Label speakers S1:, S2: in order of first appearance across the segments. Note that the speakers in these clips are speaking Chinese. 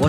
S1: 我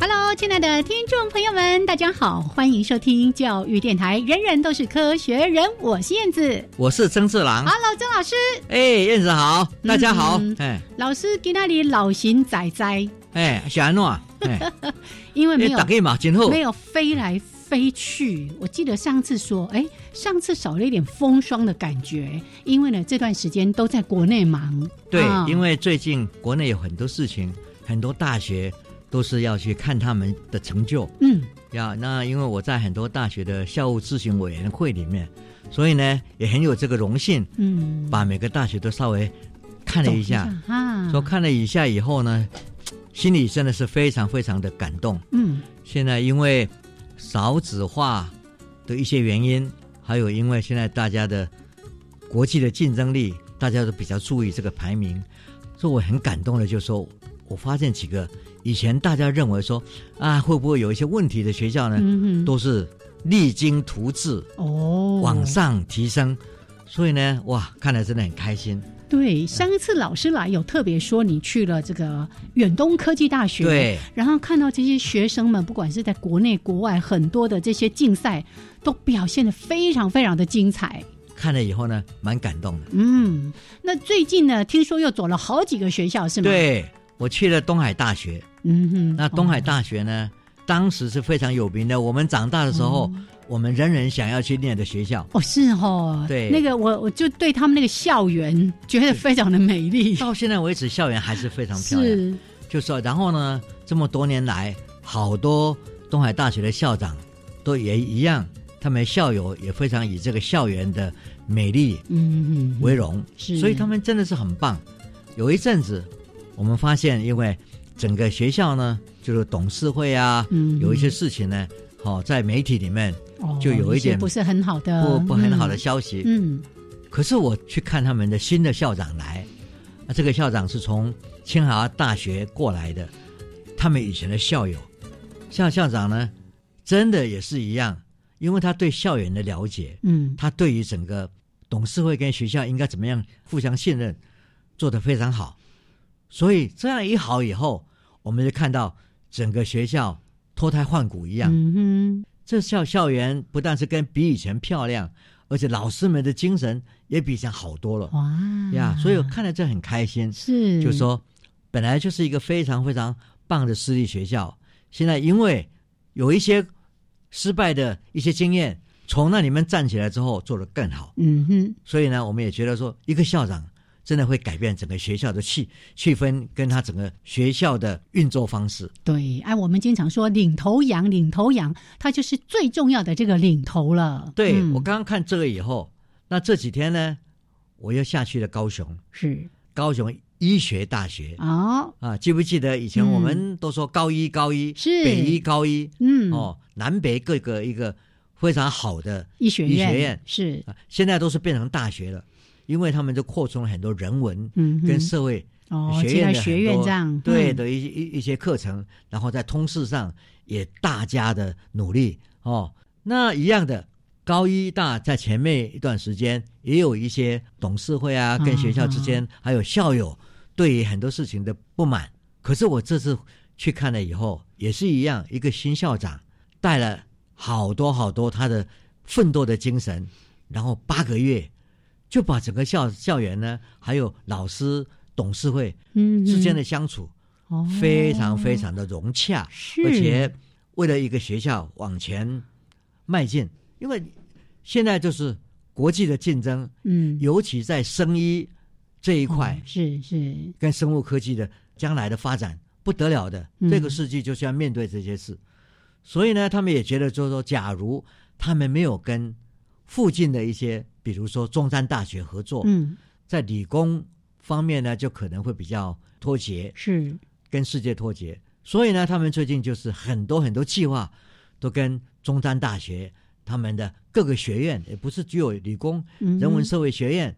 S2: Hello，亲爱的听众朋友们，大家好，欢迎收听教育电台《人人都是科学人》，我是燕子。
S1: 我是曾志郎。
S2: Hello，曾老师，
S1: 哎，燕子好，大家好
S2: 嗯。
S1: 哎
S2: 老师今天里老型仔仔，
S1: 哎，小安诺，哎，
S2: 因 为没
S1: 你
S2: 有
S1: 打给嘛，今后
S2: 没有飞来飞去。我记得上次说，哎，上次少了一点风霜的感觉，因为呢这段时间都在国内忙。
S1: 对
S2: 啊，
S1: 因为最近国内有很多事情，很多大学都是要去看他们的成就
S2: 嗯
S1: 呀。那因为我在很多大学的校务咨询委员会里面，所以呢也很有这个荣幸，
S2: 嗯，
S1: 把每个大学都稍微看了
S2: 走
S1: 一下。
S2: 啊，
S1: 说看了一下以后呢，心里真的是非常非常的感动。
S2: 嗯
S1: 现在因为少子化的一些原因，还有因为现在大家的国际的竞争力，大家都比较注意这个排名。所以我很感动的，就说我发现几个以前大家认为说啊会不会有一些问题的学校呢，
S2: 嗯嗯，
S1: 都是励精图治，
S2: 哦，
S1: 往上提升。所以呢，哇，看来真的很开心。嗯
S2: 对，上一次老师来有特别说你去了这个远东科技大学，，
S1: 对，
S2: 然后看到这些学生们，不管是在国内国外，很多的这些竞赛都表现的非常非常的精彩。
S1: 看了以后呢，蛮感动的。
S2: 嗯，那最近呢，听说又走了好几个学校，是吗？，
S1: 对，我去了东海大学。
S2: 嗯哼，
S1: 那东海大学呢，当时是非常有名的。我们长大的时候，
S2: 嗯
S1: 我们人人想要去念的学校。
S2: 哦是哦，
S1: 对
S2: 那个我我就对他们那个校园觉得非常的美丽，
S1: 到现在为止，校园还是非常漂亮。
S2: 嗯是，
S1: 就是说，然后呢，这么多年来，好多东海大学的校长都也一样，他们校友也非常以这个校园的美丽
S2: 嗯，
S1: 为荣，
S2: 是
S1: 所以他们真的是很棒。有一阵子，我们发现，因为整个学校呢，就是董事会啊，
S2: 嗯
S1: 有一些事情呢，好、在媒体里面
S2: 哦
S1: 就有一
S2: 些
S1: 点
S2: 不是很好的，
S1: 不不很好的
S2: 嗯
S1: 消息。
S2: 嗯
S1: 可是我去看他们的新的校长来，啊，这个校长是从清华大学过来的，他们以前的校友，校校长呢，真的也是一样，因为他对校园的了解，
S2: 嗯
S1: 他对于整个董事会跟学校应该怎么样互相信任，做得非常好。所以这样一好以后，我们就看到整个学校脱胎换骨一样，
S2: 嗯
S1: 这校校园不但是跟比以前漂亮，而且老师们的精神也比以前好多了
S2: 哼，哇
S1: 呀。所以我看了这很开心，
S2: 是
S1: 就说本来就是一个非常非常棒的私立学校，现在因为有一些失败的一些经验，从那里面站起来之后做得更好。
S2: 嗯哼，
S1: 所以呢，我们也觉得说，一个校长真的会改变整个学校的气气氛，跟他整个学校的运作方式。
S2: 对，哎，我们经常说领头羊，领头羊，它就是最重要的这个领头了。
S1: 对、
S2: 嗯
S1: 我刚刚看这个以后，那这几天呢，我又下去了高雄，
S2: 是
S1: 高雄医学大学
S2: 哦，
S1: 啊，记不记得以前我们都说高一高一、
S2: 是
S1: 北一高一、
S2: 嗯，
S1: 哦，南北各个一个非常好的
S2: 医学
S1: 医
S2: 院，
S1: 学院
S2: 是
S1: 啊，现在都是变成大学了。因为他们就扩充了很多人文
S2: 嗯哼，
S1: 跟社会
S2: 哦，
S1: 学
S2: 进
S1: 院
S2: 来
S1: 的
S2: 学
S1: 很
S2: 院
S1: 多
S2: 这样，
S1: 对
S2: 嗯，
S1: 的一一一些课程，然后在通识上也大家的努力哦。那一样的，高一大在前面一段时间也有一些董事会啊，跟学校之间、还有校友对于很多事情的不满。可是我这次去看了以后，也是一样，一个新校长带了好多好多他的奋斗的精神，然后八个月就把整个校校园呢，还有老师、董事会
S2: 嗯
S1: 之间
S2: 的
S1: 的相处
S2: 哦
S1: 非常非常的融洽，
S2: 是，
S1: 而且
S2: 嗯
S1: 为了一个学校往前迈进，因为现在就是国际的竞争，
S2: 嗯
S1: 尤其在生医这一块
S2: 嗯是是，
S1: 跟生物科技的将来的发展不得了的，
S2: 嗯
S1: 这个世纪就是要面对这些事，所以呢，他们也觉得就是说，假如他们没有跟附近的一些，比如说中山大学合作，
S2: 嗯
S1: 在理工方面呢，就可能会比较脱节。
S2: 是，嗯
S1: 跟世界脱节。所以呢，他们最近就是很多很多计划都跟中山大学他们的各个学院，也不是只有理工、
S2: 嗯
S1: 人文
S2: 哼
S1: 社会学院，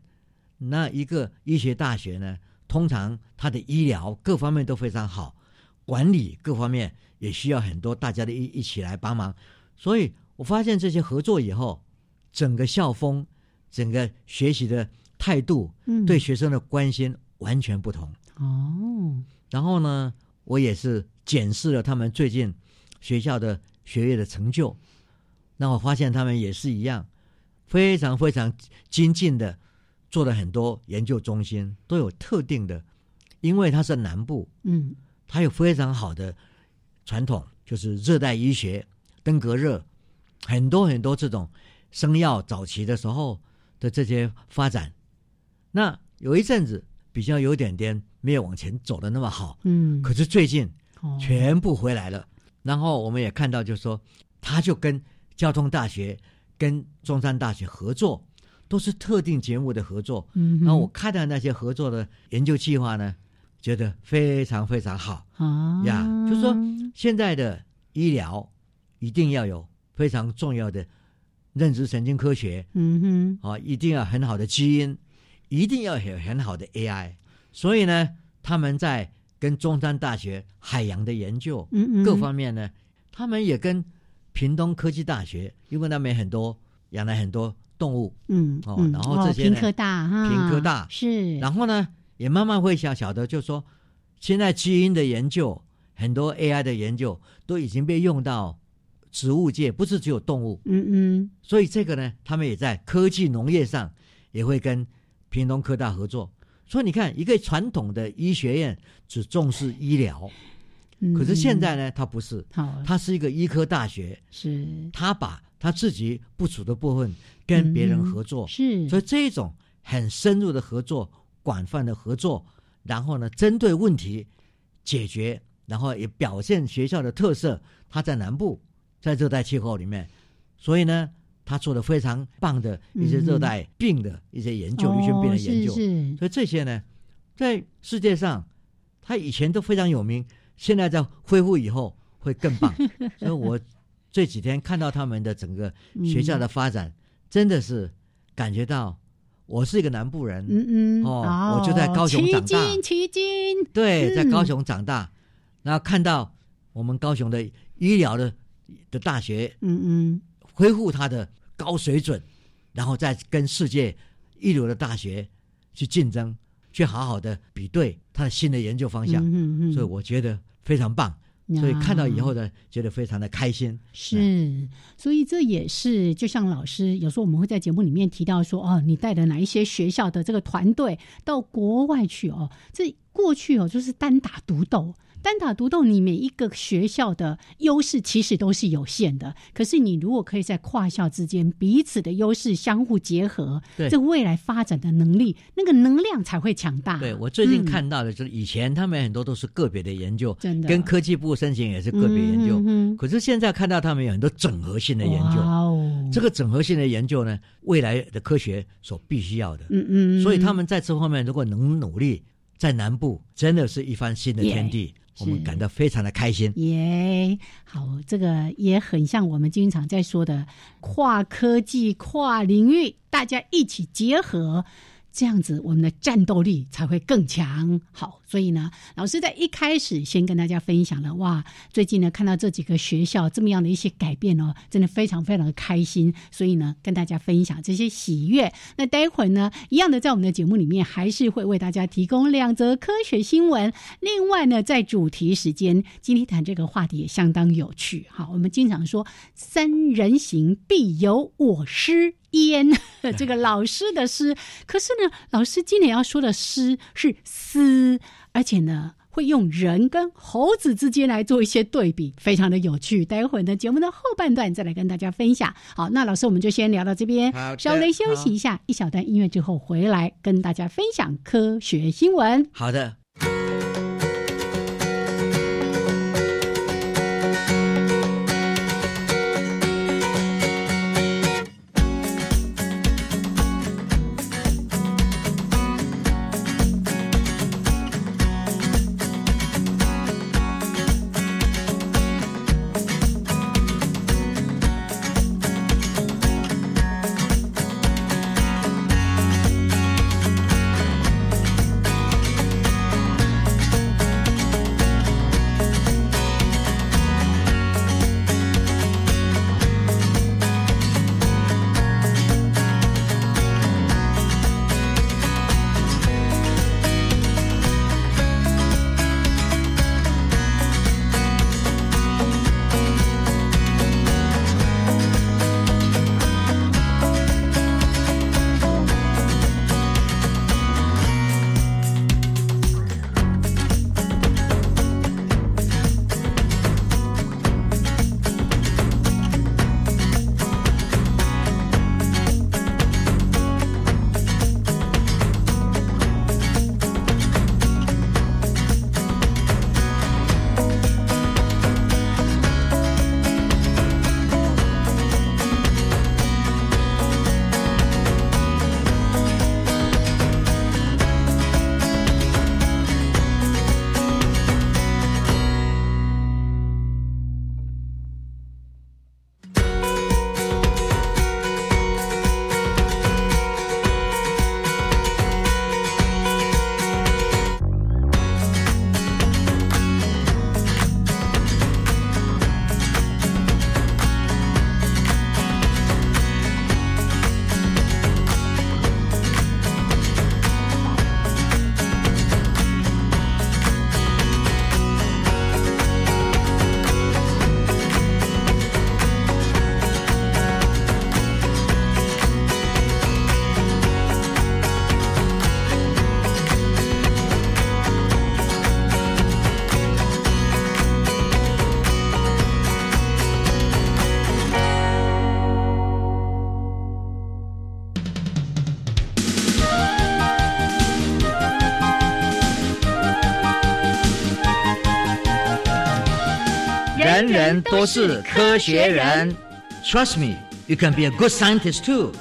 S1: 那一个医学大学呢，通常它的医疗各方面都非常好，管理各方面也需要很多大家的一一起来帮忙。所以我发现这些合作以后，整个校风、整个学习的态度、
S2: 嗯
S1: 对学生的关心完全不同。
S2: 哦，
S1: 然后呢，我也是检视了他们最近学校的学业的成就，那我发现他们也是一样，非常非常精进的做了很多研究中心，都有特定的，因为它是南部，
S2: 嗯
S1: 它有非常好的传统，就是热带医学、登革热，很多很多这种生药早期的时候的这些发展。那有一阵子比较有点点没有往前走的那么好，
S2: 嗯，
S1: 可是最近
S2: 哦
S1: 全部回来了。然后我们也看到，就是说，他就跟交通大学、跟中山大学合作，都是特定节目的合作。
S2: 嗯哼，
S1: 然后我看到那些合作的研究计划呢，觉得非常非常好。
S2: 啊
S1: 呀就说现在的医疗一定要有非常重要的认知神经科学
S2: 嗯哼，
S1: 啊，一定要很好的基因，一定要有很好的 AI。所以呢，他们在跟中山大学海洋的研究
S2: 嗯嗯，
S1: 各方面呢，他们也跟屏东科技大学，因为那边很多养了很多动物，
S2: 嗯
S1: 哦
S2: 嗯
S1: 然后这些
S2: 平
S1: 呢
S2: 科大哈，
S1: 屏科大
S2: 是，
S1: 然后呢，也慢慢会想晓得，就是说现在基因的研究，很多 AI 的研究都已经被用到植物界，不是只有动物。
S2: 嗯嗯
S1: 所以这个呢，他们也在科技农业上也会跟屏东科大合作。所以你看，一个传统的医学院只重视医疗，
S2: 嗯，
S1: 可是现在呢，它不是，
S2: 好
S1: 它是一个医科大学，
S2: 是
S1: 它把它自己不足的部分跟别人合作，
S2: 嗯是，
S1: 哦所以这种很深入的合作、广泛的合作，然后呢，针对问题解决，然后也表现学校的特色。它在南部，在热带气候里面，所以呢，它做了非常棒的一些
S2: 嗯哼
S1: 热带病的一些研究、
S2: 哦
S1: 流行病的研究。
S2: 是嗯是
S1: 所以这些呢，在世界上，它以前都非常有名，现在在恢复以后会更 棒。所以我这几天看到他们的整个
S2: 嗯
S1: 学校的发展，真的是感觉到我是一个南部人，
S2: 嗯嗯
S1: 哦我就在高雄
S2: 奇
S1: 长大
S2: 经奇经，
S1: 对，在
S2: 嗯
S1: 高雄长大，然后看到我们高雄的医疗的的大学
S2: 嗯
S1: 恢复它的高水准，然后再跟世界一流的大学去竞争，去好好的比对它的新的研究方
S2: 嗯，
S1: 向。
S2: 嗯嗯嗯
S1: 所以我觉得非常棒，所以看到以后呢，觉得非常的开心。
S2: 是，所以这也是就像老师有时候我们会在节目里面提到说，哦，你带的哪一些学校的这个团队到国外去哦，这过去哦就是单打独斗。单打独斗，你每一个学校的优势其实都是有限的。可是你如果可以在跨校之间彼此的优势相互结合，
S1: 对
S2: 这未来发展的能力，那个能量才会强大。
S1: 对我最
S2: 嗯
S1: 近看到的，就是以前他们很多都是个别的研究，
S2: 真的
S1: 跟科技部申请也是个别研究，
S2: 嗯嗯嗯
S1: 可是现在看到他们有很多整合性的研究，
S2: 哇哦，
S1: 这个整合性的研究呢，未来的科学所必须要的，
S2: 嗯嗯，
S1: 所以他们在这方面如果能努力，在南部真的是一番新的天地，
S2: 是
S1: 我们感到非常的开心。
S2: 耶好，这个也很像我们经常在说的跨科技、跨领域，大家一起结合。这样子我们的战斗力才会更强。好，所以呢，老师在一开始先跟大家分享了，哇，最近呢看到这几个学校这么样的一些改变哦，真的非常非常的开心。所以呢，跟大家分享这些喜悦。那待会儿呢，一样的在我们的节目里面还是会为大家提供两则科学新闻。另外呢，在主题时间，今天谈这个话题也相当有趣。好，我们经常说“三人行必有我师”。焉， 这个老师的师，可是呢，老师今年要说的师是思，而且呢，会用人跟猴子之间来做一些对比，非常的有趣。待会儿呢，节目的后半段再来跟大家分享。好，那老师我们就先聊到这边，
S1: 好的
S2: 稍微休息一下，一小段音乐之后回来跟大家分享科学新闻。
S1: 好的，人人都是科学人。Trust me, you can be a good scientist too.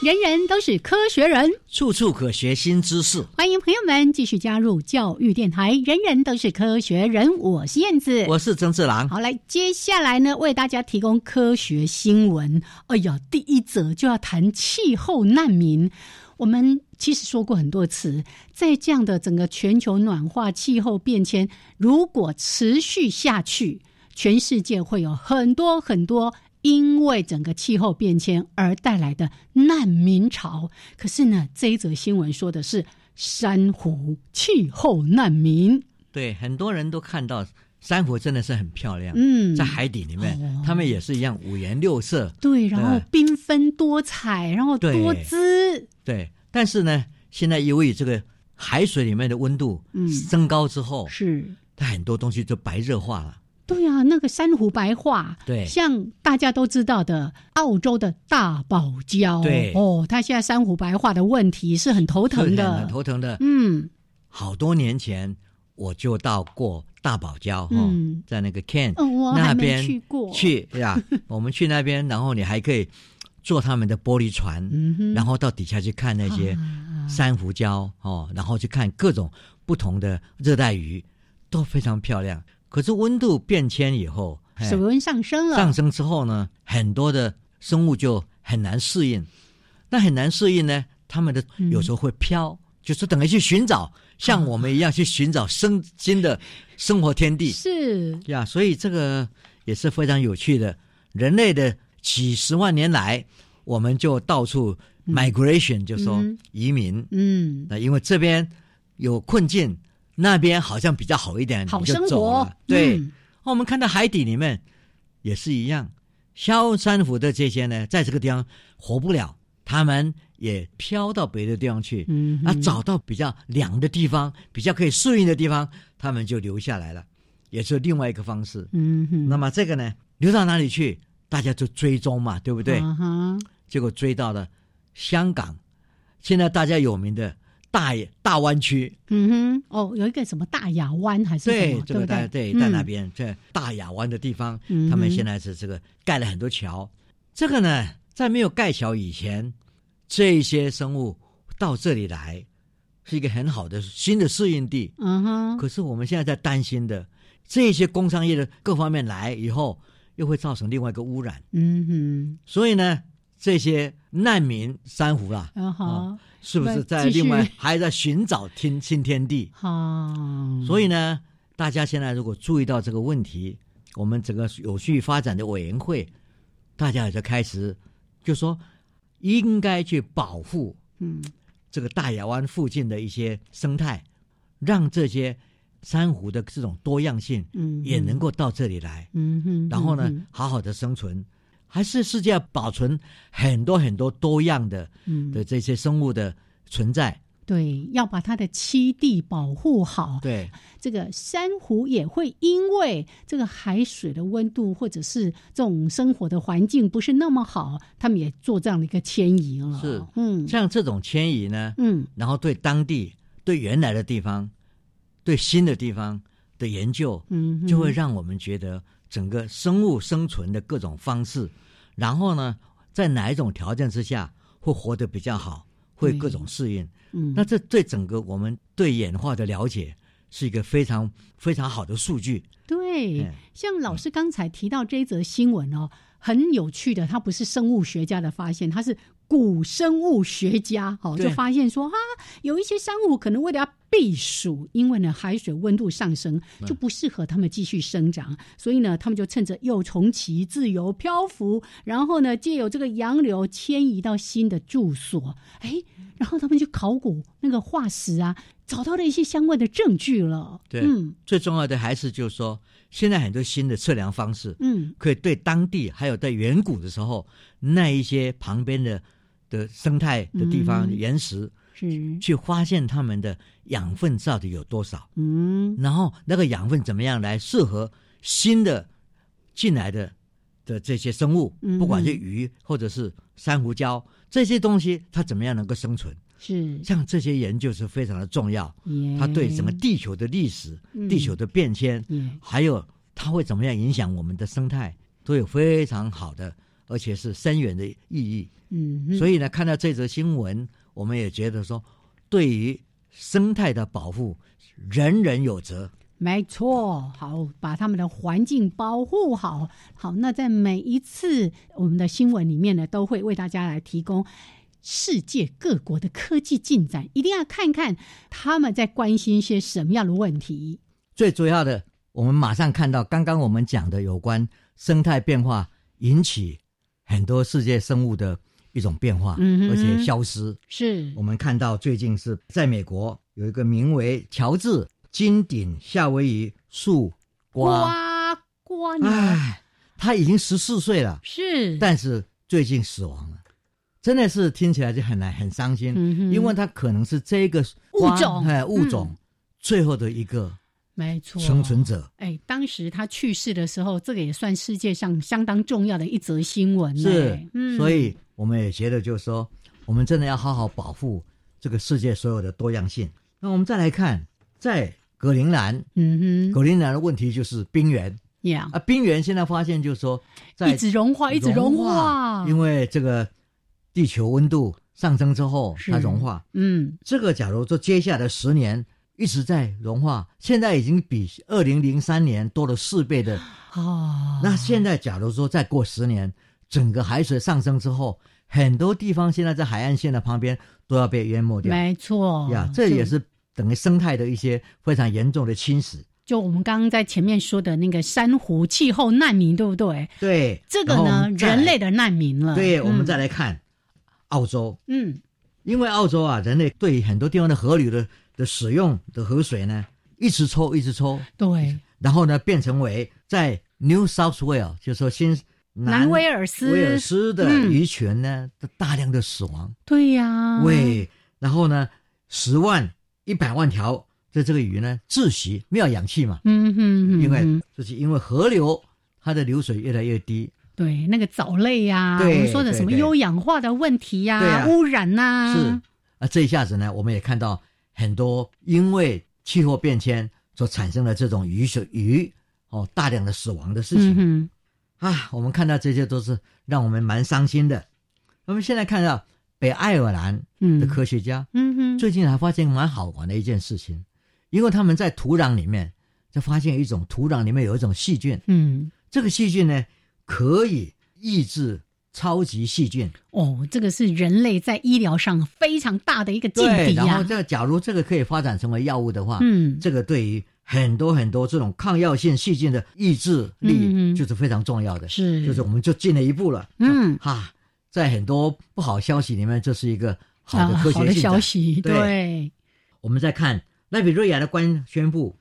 S2: 人人都是科学人。
S1: 处处可学新知识。
S2: 欢迎朋友们继续加入教育电台，人人都是科学人，我是燕子，
S1: 我是曾志郎。
S2: 好，来，接下来呢，为大家提供科学新闻。哎呀，第一则就要谈气候难民。我们其实说过很多次，在这样的整个全球暖化、气候变迁，如果持续下去，全世界会有很多很多因为整个气候变迁而带来的难民潮。可是呢，这一则新闻说的是珊瑚气候难民。
S1: 对，很多人都看到珊瑚真的是很漂亮，
S2: 嗯，
S1: 在海底里面，
S2: 哦
S1: 它们也是一样五颜六色。
S2: 对，然后
S1: 对
S2: 缤纷多彩，然后多
S1: 对
S2: 姿，
S1: 对，但是呢，现在由于这个海水里面的温度
S2: 嗯
S1: 升高之后，
S2: 是，
S1: 它很多东西就白热化了。
S2: 对啊，那个珊瑚白化，
S1: 对
S2: 像大家都知道的澳洲的大堡礁，
S1: 对
S2: 哦，它现在珊瑚白化的问题是很头疼
S1: 所以
S2: 的
S1: 很，头疼的。
S2: 嗯
S1: 好多年前我就到过大堡礁，
S2: 嗯
S1: 哦，在那个 Ken、
S2: 哦我还
S1: 那
S2: 没
S1: 边
S2: 去过
S1: 去 呀，我们去那边，然后你还可以坐他们的玻璃船，
S2: 嗯哼，
S1: 然后到底下去看那些
S2: 啊
S1: 珊瑚礁哦，然后去看各种不同的热带鱼，都非常漂亮。可是温度变迁以后，哎
S2: 水温上升了，
S1: 上升之后呢，很多的生物就很难适应。那很难适应呢，它们的
S2: 嗯啊
S1: 有时候会飘，就是等于去寻找，像我们一样去寻找生新的生活天地
S2: 是
S1: 呀。所以这个也是非常有趣的。人类的几十万年来，我们就到处 migration，、就说
S2: 嗯
S1: 移民。
S2: 嗯，
S1: 那因为这边有困境，那边好像比较好一点，
S2: 好
S1: 你就
S2: 生
S1: 走
S2: 活
S1: 了，对。
S2: 嗯
S1: 那我们看到海底里面也是一样，萧山湖的这些呢，在这个地方活不了，他们也飘到别的地方去，
S2: 嗯哼
S1: 啊，找到比较凉的地方，比较可以适应的地方，他们就留下来了，也是另外一个方式。
S2: 嗯哼，
S1: 那么这个呢，流到哪里去，大家就追踪嘛，对不对？
S2: 啊哈
S1: 结果追到了香港，现在大家有名的大大湾区，
S2: 嗯哼，哦，有一个什么大亚湾还是什
S1: 对
S2: 么，
S1: 这个
S2: 不
S1: 大家
S2: 对？
S1: 对
S2: 嗯
S1: 在那，边，在大亚湾的地方，
S2: 嗯哼
S1: 他们现在是这个盖了很多桥。这个呢，在没有盖桥以前，这些生物到这里来是一个很好的新的适应地。
S2: 嗯哼，
S1: 可是我们现在在担心的，这些工商业的各方面来以后，又会造成另外一个污染。
S2: 嗯
S1: 所以呢，这些难民珊瑚啦，
S2: 嗯哼，啊然后
S1: 哦是不是在
S2: 继续
S1: 另外还在寻找天新天地？
S2: 嗯好，
S1: 所
S2: 以
S1: 以呢，大家现在如果注意到这个问题，我们整个有序发展的委员会，大家也就开始就说应该去保护
S2: 嗯
S1: 这个大亚湾附近的一些生态，让这些珊瑚的这种多样性
S2: 嗯
S1: 也能，够到这里来，
S2: 嗯哼，
S1: 然后呢
S2: 嗯，
S1: 好好的生存。还是世界保存很多很多多样的
S2: 哼，
S1: 的
S2: 嗯
S1: 这些生物的存在，
S2: 对，要把它的栖地保护好，
S1: 对，
S2: 这个珊瑚也会因为这个海水的温度，或者是这种生活的环境不是那么好，他们也做这样的一个迁移了。
S1: 是
S2: 嗯
S1: 像这种迁移呢，
S2: 嗯
S1: 然后对当地、对原来的地方、对新的地方的研究，
S2: 嗯哼，
S1: 就会让我们觉得整个生物生存的各种方式，然后呢，在哪一种条件之下会活得比较好，会各种适应。
S2: 嗯
S1: 那这对整个我们对演化的了解是一个非常非常好的数据。
S2: 对
S1: 哎，
S2: 像老师刚才提到这一则新闻哦，很有趣的，它不是生物学家的发现，它是古生物学家哦，
S1: 对
S2: 就发现说啊，有一些珊瑚可能为了要避暑，因为呢海水温度上升，就不适合它们继续生长，所以呢，它们就趁着幼虫期自由漂浮，然后呢借由这个洋流迁移到新的住所，哎，然后他们就考古那个化石啊，找到了一些相关的证据了。
S1: 对
S2: 嗯
S1: 最重要的还是就是说，现在很多新的测量方式，
S2: 嗯
S1: 可以对当地还有在远古的时候那一些旁边的的生态的地方、
S2: 嗯
S1: 岩石，
S2: 是。
S1: 去发现它们的养分到底有多少，
S2: 嗯
S1: 然后那个养分怎么样来适合新的进来的的这些生物
S2: 嗯，
S1: 不管是鱼或者是珊瑚礁这些东西，它怎么样能够生存？，
S2: 是，
S1: 像这些研究是非常的重要，它
S2: 它
S1: 对整个地球的历史、
S2: 嗯
S1: 地球的变迁，
S2: 也
S1: 还有它会怎么样影响我们的生态，都有非常好的而且是深远的意义。
S2: 嗯哼，
S1: 所以呢，看到这则新闻，我们也觉得说，对于生态的保护，人人有责。
S2: 没错，好，把他们的环境保护好。好，那在每一次我们的新闻里面呢，都会为大家来提供。世界各国的科技进展，一定要看看他们在关心些什么样的问题。
S1: 最主要的，我们马上看到，刚刚我们讲的有关生态变化引起很多世界生物的一种变化，
S2: 嗯哼
S1: 而且消失。
S2: 是
S1: 我，们看到最近是在美国有一个名为乔治金顶夏威夷树蛙，
S2: 呱呱呢？
S1: 哎，他已经十四岁了。
S2: 是，
S1: 但是最近死亡了，真的是听起来就很难很伤心，
S2: 嗯哼
S1: 因为它可能是这个
S2: 物种
S1: 种哎物种、
S2: 嗯
S1: 最后的一个
S2: 没错，
S1: 生存者。
S2: 哎，当时他去世的时候，这个也算世界上相当重要的一则新闻呢。
S1: 是，
S2: 嗯，
S1: 所以我们也觉得就是说，我们真的要好好保护这个世界所有的多样性。那我们再来看，在格陵兰，
S2: 嗯哼，嗯
S1: 格陵兰的问题就是冰原
S2: 呀、
S1: 啊，冰原现在发现就是说在
S2: 一直融化，一直融化，
S1: 因为这个地球温度上升之后
S2: 是
S1: 它融化，
S2: 嗯
S1: 这个假如说接下来十年一直在融化，现在已经比二零零三年多了四倍的。
S2: 哦，
S1: 啊那现在假如说再过十年，整个海水上升之后，很多地方现在在海岸线的旁边都要被淹没掉。
S2: 没错
S1: 呀，这也
S2: 就是
S1: 等于生态的一些非常严重的侵蚀。
S2: 就我们刚刚在前面说的那个珊瑚气候难民，对不对？
S1: 对，
S2: 这个
S1: 然后我
S2: 呢，
S1: 们再来
S2: 人类的难民了。
S1: 对，
S2: 嗯
S1: 我们再来看澳洲，
S2: 嗯
S1: 因为澳洲啊，人类对很多地方的河流的的使用的河水呢，一直抽，一直抽，
S2: 对，
S1: 然后呢，变成为在 New South Wales，就是说新
S2: 南威尔斯，
S1: 威尔斯的
S2: 嗯
S1: 鱼群呢，都大量的死亡，
S2: 对呀，，
S1: 喂，然后呢，十万、一百万条的这个鱼呢，窒息，没有氧气嘛，
S2: 嗯哼哼，
S1: 因为
S2: 哼
S1: 就是因为河流它的流水越来越低，
S2: 对那个藻类呀，我
S1: 对
S2: 们说的什么
S1: 对对
S2: 优氧化的问题
S1: 对
S2: 呀，
S1: 啊
S2: 污染呐，
S1: 是啊，这一下子呢，我们也看到很多因为气候变迁所产生的这种鱼水鱼哦大量的死亡的事
S2: 嗯
S1: 情、
S2: 哼，
S1: 啊，我们看到这些都是让我们蛮伤心的。我们现在看到北爱尔兰
S2: 嗯
S1: 的科学家、
S2: 嗯哼，
S1: 最近还发现蛮好玩的一件事情，因为他们在土壤里面就发现一种土壤里面有一种细菌，
S2: 嗯。
S1: 这个细菌呢可以抑制超级细菌。
S2: 哦，这个是人类在医疗上非常大的一个劲
S1: 对，
S2: 敌
S1: 然
S2: 呀、
S1: 后这个假如这个可以发展成为药物的话，
S2: 嗯，
S1: 啊这个对于很多很多这种抗药性细菌的抑制
S2: 嗯嗯
S1: 力就是非常重要的，
S2: 是
S1: 就是我们就进了一步了。
S2: 嗯
S1: 哈、在很多不好消息里面，这是一个好的
S2: 啊
S1: 科
S2: 好
S1: 学
S2: 的
S1: 性、
S2: 消。息，
S1: 对
S2: 对，
S1: 我们再看赖比瑞亚的官宣布，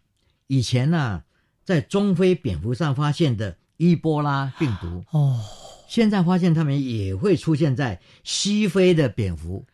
S1: 以前呢、在中非蝙蝠上发现的伊波拉病毒，
S2: 哦，
S1: 现在发现它们也会出现在西非的蝙蝠。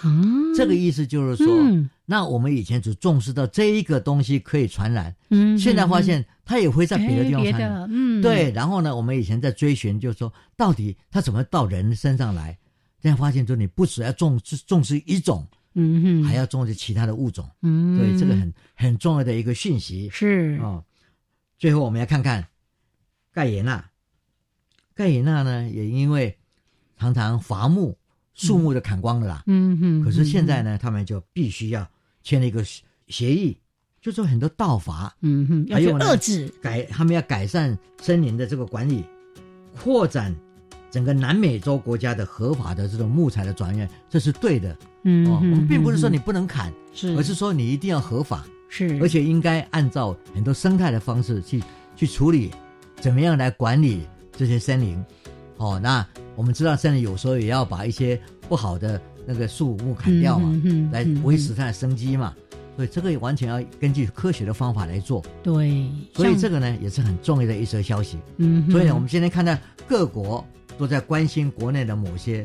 S2: 啊，
S1: 这个意思就是说，
S2: 嗯
S1: 那我们以前只重视到这一个东西可以传染，
S2: 嗯，
S1: 现在发现它也会在
S2: 在
S1: 别的地方
S2: 别
S1: 传染。
S2: 的，嗯，
S1: 对，，然后呢，我们以前在追寻，就是说到底它怎么到人身上来？现在发现说，你不只要重视重视一种，
S2: 嗯哼，
S1: 还要重视其他的物种，
S2: 嗯，
S1: 所以这个很很重要的一个讯息
S2: 是，
S1: 哦。最后我们要看看盖耶纳，盖耶纳呢也因为常常伐木，树木都砍光了啦。
S2: 嗯哼，
S1: 可是现在
S2: 呢，
S1: 呢，他们就必须要签了一个协协议，就说很多盗伐，
S2: 嗯哼，要
S1: 还
S2: 去
S1: 有呢
S2: 遏制，
S1: 改，他们要改善森林的这个管理，扩展整个南美洲国家的合法的这种木材的转运，这是对的
S2: 嗯
S1: 哦。我
S2: 哼，
S1: 们并不是说
S2: 嗯
S1: 你不能砍，
S2: 哼嗯是，
S1: 而是说你一定要合法，
S2: 是，
S1: 而且应该按照很多生态的方式去去处理，怎么样来管理这些森林。哦，那我们知道森林有时候也要把一些不好的那个树木砍掉嘛，
S2: 嗯哼
S1: 来
S2: 嗯哼
S1: 维持它的生机嘛。所以这个完全要根据科学的方法来做。
S2: 对，
S1: 所以
S2: 像
S1: 这个呢也是很重要的一则消息。
S2: 嗯哼，
S1: 所以呢，我们现在看到各国都在关心国内的某些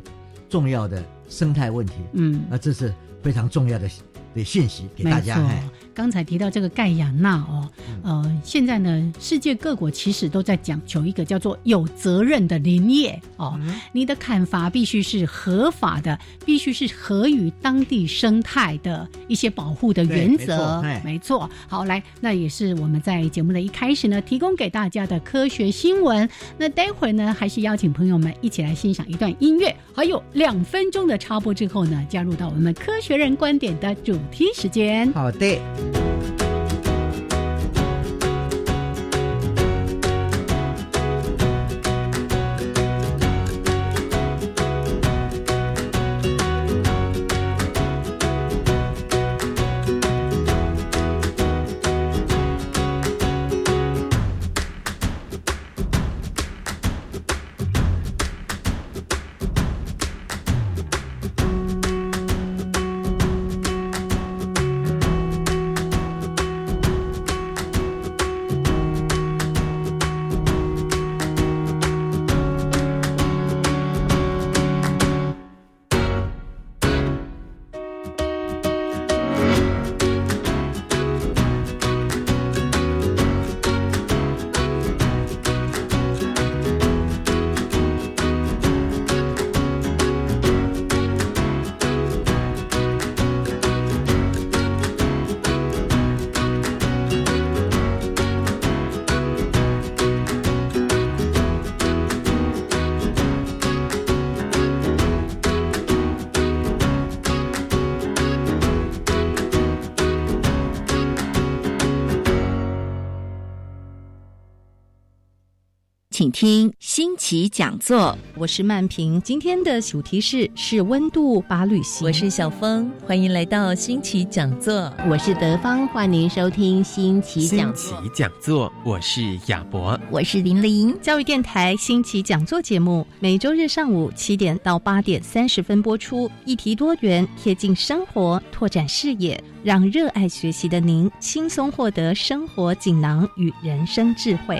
S1: 重要的生态问题，
S2: 嗯。
S1: 那这是非常重要的的讯息给大家。嗯
S2: 没错
S1: 哎，
S2: 刚才提到这个盖亚纳哦，呃，现在呢，世界各国其实都在讲求一个叫做有责任的林业哦，
S1: 嗯
S2: 你的砍伐必须是合法的，必须是合于当地生态的一些保护的原则
S1: 对没错哎。
S2: 没错，好，来，那也是我们在节目的一开始呢，提供给大家的科学新闻。那待会儿呢，还是邀请朋友们一起来欣赏一段音乐，还有两分钟的插播之后呢，加入到我们科学人观点的主题时间。
S1: 好的。
S3: Thank
S4: 请听新奇讲座。
S5: 我是曼平，今天的主题是是温度把旅行。
S6: 我是小峰，欢迎来到新奇讲座。
S7: 我是德芳，欢迎收听新奇
S8: 新
S7: 讲
S8: 奇
S7: 座。
S8: 讲座，我是亚博。
S4: 我是林玲，
S5: 教育电台新奇讲座节目，每周日上午七点到八点三十分播出，议题多元，贴近生活，拓展视野，让热爱学习的您轻松获得生活锦囊与人生智慧。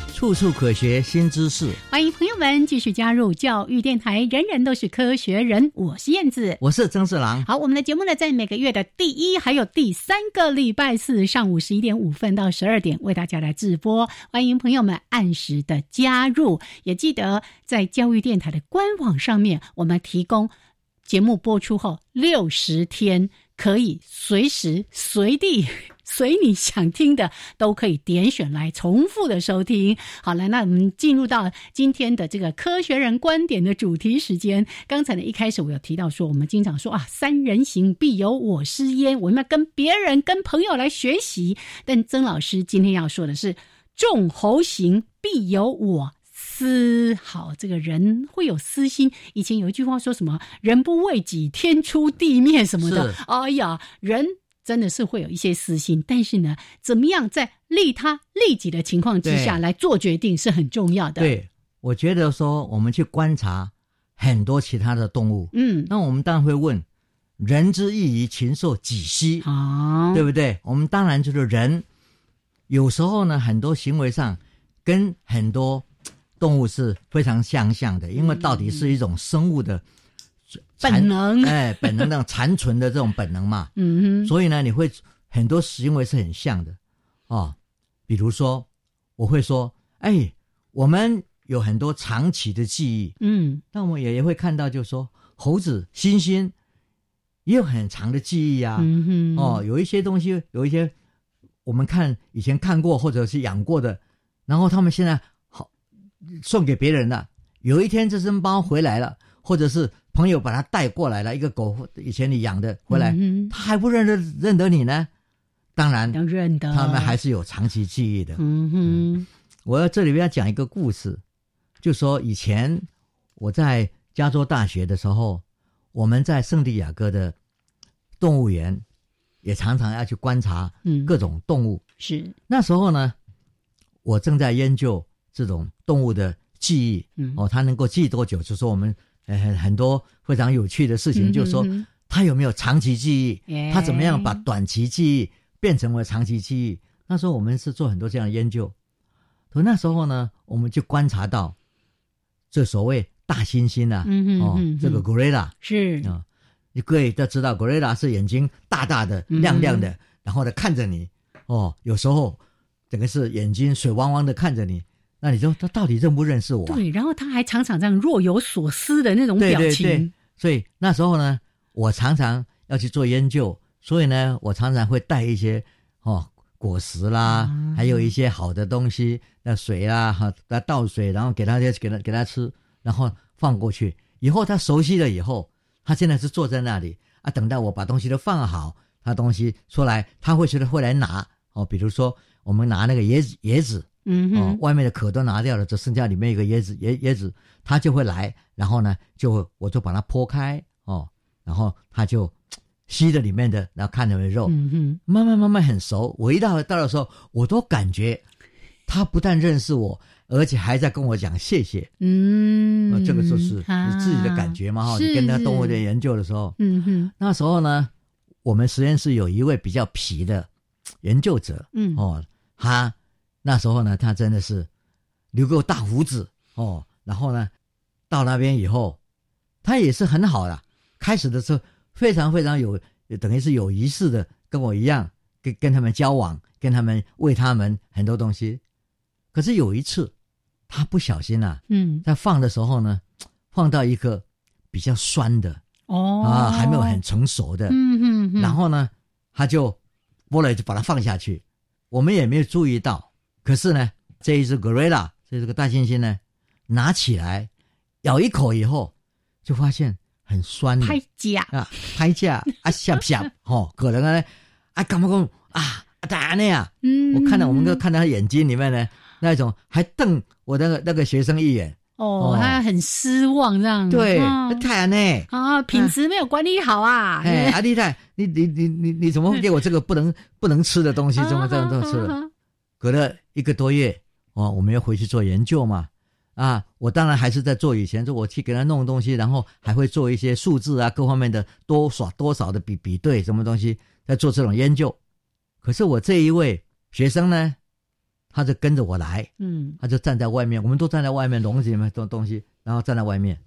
S1: 处处可学新知识。
S2: 欢迎朋友们继续加入教育电台，人人都是科学人，我是燕子。
S1: 我是曾志郎。
S2: 好，我们的节目呢，在每个月的第一还有第三个礼拜四上午十一点五分到十二点为大家来直播，欢迎朋友们按时的加入，也记得在教育电台的官网上面，我们提供节目播出后六十天，可以随时随地。 随你想听的都可以点选来重复的收听。好了，那我们进入到今天的这个科学人观点的主题时间。刚才呢，一开始我有提到说，我们经常说啊，三人行必有我师焉，我们要跟别人、跟朋友来学习。但曾老师今天要说的是，众猴行必有我。思好，这个人会有私心。以前有一句话说什么“人不为己，天诛地灭”什么的
S1: 是。
S2: 哎呀，人真的是会有一些私心，但是呢，怎么样在利他利己的情况之下
S1: 对
S2: 来做决定是很重要的。，
S1: 对，我觉得说我们去观察很多其他的动物，
S2: 嗯，
S1: 那我们当然会问：人之异于禽兽几希？
S2: 好，
S1: 对不对？我们当然就是人，有时候呢，很多行为上跟很多动物是非常相像的，因为到底是一种生物的
S2: 嗯
S1: 残
S2: 本能
S1: 哎，本能那种残存的这种本能嘛。
S2: 嗯哼，
S1: 所以呢，你会很多行为是很像的哦。比如说，我会说，哎，我们有很多长期的记忆，
S2: 嗯，
S1: 那我们也也会看到，就是说猴子、猩猩也有很长的记忆啊。
S2: 嗯哼，
S1: 哦，，有一些东西，有一些我们看以前看过或者是养过的，然后他们现在好送给别人了。有一天这只猫回来了，或者是朋友把它带过来了，一个狗以前你养的回来，
S2: 嗯哼
S1: 它还不认得认得你呢。当然，
S2: 要认得
S1: 他们还，是有长期记忆的。
S2: 嗯哼，
S1: 我要这里边要讲一个故事，就说以前我在加州大学的时候，我们在圣地亚哥的动物园也常常要去观察
S2: 嗯，
S1: 各种动物。
S2: 是，
S1: 那时候呢，我正在研究这种动物的记忆，
S2: 嗯，
S1: 哦，它能够记多久？就说我们呃很很多非常有趣的事情，
S2: 嗯
S1: 就说
S2: 嗯
S1: 它有没有长期记忆？
S2: 哎
S1: 他怎么样把短期记忆变成为长期记忆？那时候我们是做很多这样的研究，从那时候呢，我们就观察到这所谓大猩猩啊，
S2: 嗯哼
S1: 哦
S2: 嗯哼，
S1: 这个 gorilla 哦
S2: 是，嗯
S1: 啊，你各位都知道，gorilla 是眼睛大大的、亮亮的，然后呢看着你，哦，有时候整个是眼睛水汪汪的看着你，那你说他到底认不认识我啊、
S9: 对，然后他还常常这样若有所思的那种
S1: 对
S9: 表
S1: 对
S9: 情，
S1: 对，所以那时候呢，我常常要去做研究，所以呢，我常常会带一些哦果实啦，还有一些好的东西，那水啦，哈，来倒水，然后给他给他给他吃，然后放过去。以后他熟悉了以后，他现在是坐在那里啊，等到我把东西都放好，他东西出来，他会觉得会来拿哦。比如说，我们拿那个椰子椰子，
S9: 嗯哼
S1: 哦，外面的壳都拿掉了，只剩下里面一个椰子，椰椰子，它就会来，然后呢，就会我就把它剖开哦，然后它就嘖吸着里面的，然后看着那肉，
S9: 嗯哼，
S1: 慢慢慢慢很熟。我一到到的时候，我都感觉它不但认识我，而且还在跟我讲谢谢。
S9: 嗯，
S1: 呃这个就是
S9: 啊
S1: 你自己的感觉嘛哈。哦
S9: 是
S1: 你跟那个动物的
S9: 是
S1: 研究的时候，
S9: 嗯哼，
S1: 那时候呢，我们实验室有一位比较皮的嘖研究者，
S9: 嗯
S1: 哦，他那时候呢，他真的是留个大胡子哦，然后呢，到那边以后，他也是很好的，开始的时候非常非常有，等于是有仪式的，跟我一样，跟跟他们交往，跟他们喂他们很多东西。可是有一次，他不小心啊，
S9: 嗯，
S1: 在放的时候呢，放到一个比较酸的，
S9: 哦
S1: 啊，还没有很成熟
S2: 哦
S1: 的，
S9: 嗯嗯嗯
S1: 然后呢，他就剥了就把它放下去，我们也没有注意到。可是呢，这一只 gorilla，这这个大猩猩呢，拿起来咬一口以后，就发现很酸的，
S9: 拍嗯假，
S1: 啊，拍价啊，下不 下？哦，可能呢，啊，干嘛讲啊，打那呀？
S9: 嗯
S1: 我看到我们都看到他眼睛里面呢，那种还瞪我那个那个学生一眼，
S9: 哦
S1: 哦，
S9: 他很失望这样，
S1: 对，
S9: 啊
S1: 那太阳呢？
S9: 啊，品质没有管理好啊，
S1: 哎，阿丽太，你你你你你怎么会给我这个不能不能吃的
S9: 嗯
S1: 东西？怎么这样这样吃的？隔了一个多月，哦，我们要回去做研究嘛。啊，我当然还是在做以前，就我去给他弄东西，然后还会做一些数字啊，各方面的多少多少的比比对什么东西，在做这种研究。可是我这一位学生呢，他就跟着我来，
S9: 嗯
S1: 他就站在外面，我们都站在外面笼子里面东东西，然后站在外面，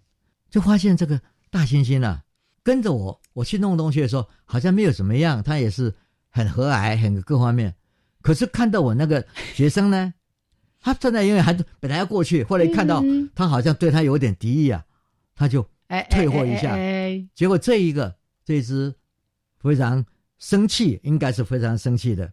S1: 就发现这个大猩猩啊，跟着我，我去弄东西的时候，好像没有怎么样，他也是很和蔼，很各方面。可是看到我那个学生呢，他站在因为还本来要过去，后来哎看到
S9: 嗯
S1: 他好像对他有点敌意啊，他就
S9: 哎，哎
S1: 退货一下
S9: 哎哎
S1: 结果这一个这一只非常生气，应该是非常生气的，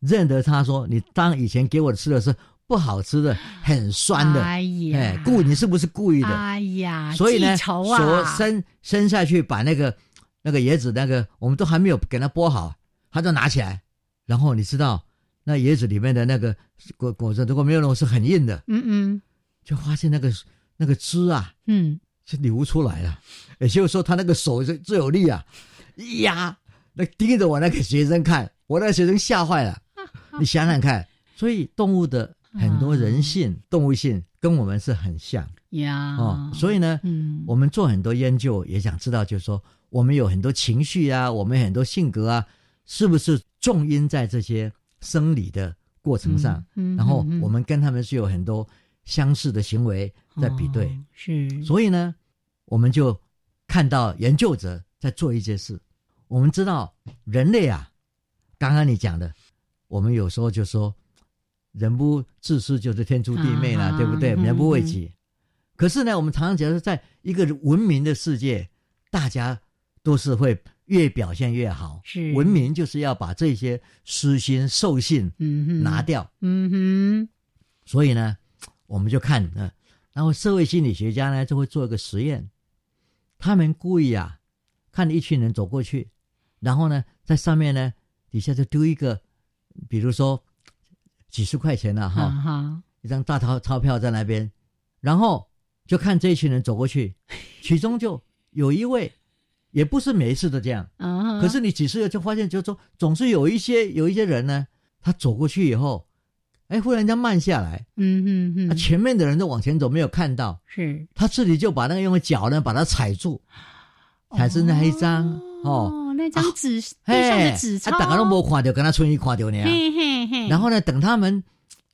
S1: 认得他说：“你当以前给我吃的是不好吃的，很酸的，
S9: 哎呀
S1: 哎，故你是不是故意的？”
S9: 哎呀，
S1: 所以呢，
S9: 记仇
S1: 手
S9: 啊，
S1: 伸伸下去把那个那个椰子那个，我们都还没有给它剥好，他就拿起来，然后你知道那椰子里面的那个果果子如果没有弄是很硬的，
S9: 嗯嗯
S1: 就发现那个那个汁啊
S9: 嗯，
S1: 是流出来了，也就是说他那个手是最有力啊，一压那盯着我那个学生看，我那个学生吓坏了，你想想看，所以动物的很多人
S9: 啊
S1: 性、动物性跟我们是很像。
S9: 呀，
S1: 哦，所以呢，
S9: 啊嗯
S1: 我们做很多研究，也想知道，就是说，我们有很多情绪啊，我们有很多性格啊，是不是重因在这些生理的过程上？
S9: 嗯嗯
S1: 然后
S9: 嗯嗯
S1: 我们跟他们是有很多相似的行为在比对，
S9: 哦是，
S1: 所以呢，我们就看到研究者在做一件事。我们知道人类啊，刚刚你讲的，我们有时候就说人不自私就是天诛地灭啦，
S9: 啊
S1: 对不对？
S9: 嗯
S1: 人不为己。可是呢，我们常常觉得，在一个文明的世界，大家都是会越表现越好。
S9: 是
S1: 文明就是要把这些私心兽性
S9: 嗯哼
S1: 拿掉。
S9: 嗯
S1: 所以呢，我们就看呃，然后社会心理学家呢就会做一个实验，他们故意啊，看一群人走过去，然后呢，在上面呢底下就丢一个，比如说几十块钱了、啊
S9: 哼，啊
S1: 哈，
S2: 啊
S9: 哈哈，
S1: 一张大钞钞票在那边，然后就看这一群人走过去，其中就有一位，也不是每一次都这样，
S9: 啊，
S1: 可是你几次就发现，就是说总是有一些有一些人呢，他走过去以后，哎，忽然间慢下来，
S9: 嗯嗯
S1: 啊，
S9: 嗯，
S1: 前面的人都往前走，没有看到，
S9: 是
S1: 他自己就把那个用脚呢把它踩住，踩住那一张哦，
S9: 哦，那张纸地上
S1: 嘿
S9: 的纸，
S1: 啊，
S9: 钞，
S1: 大家都没看到，跟他春一看到呢。
S9: 嘿嘿嘿，
S1: 然后呢，等他们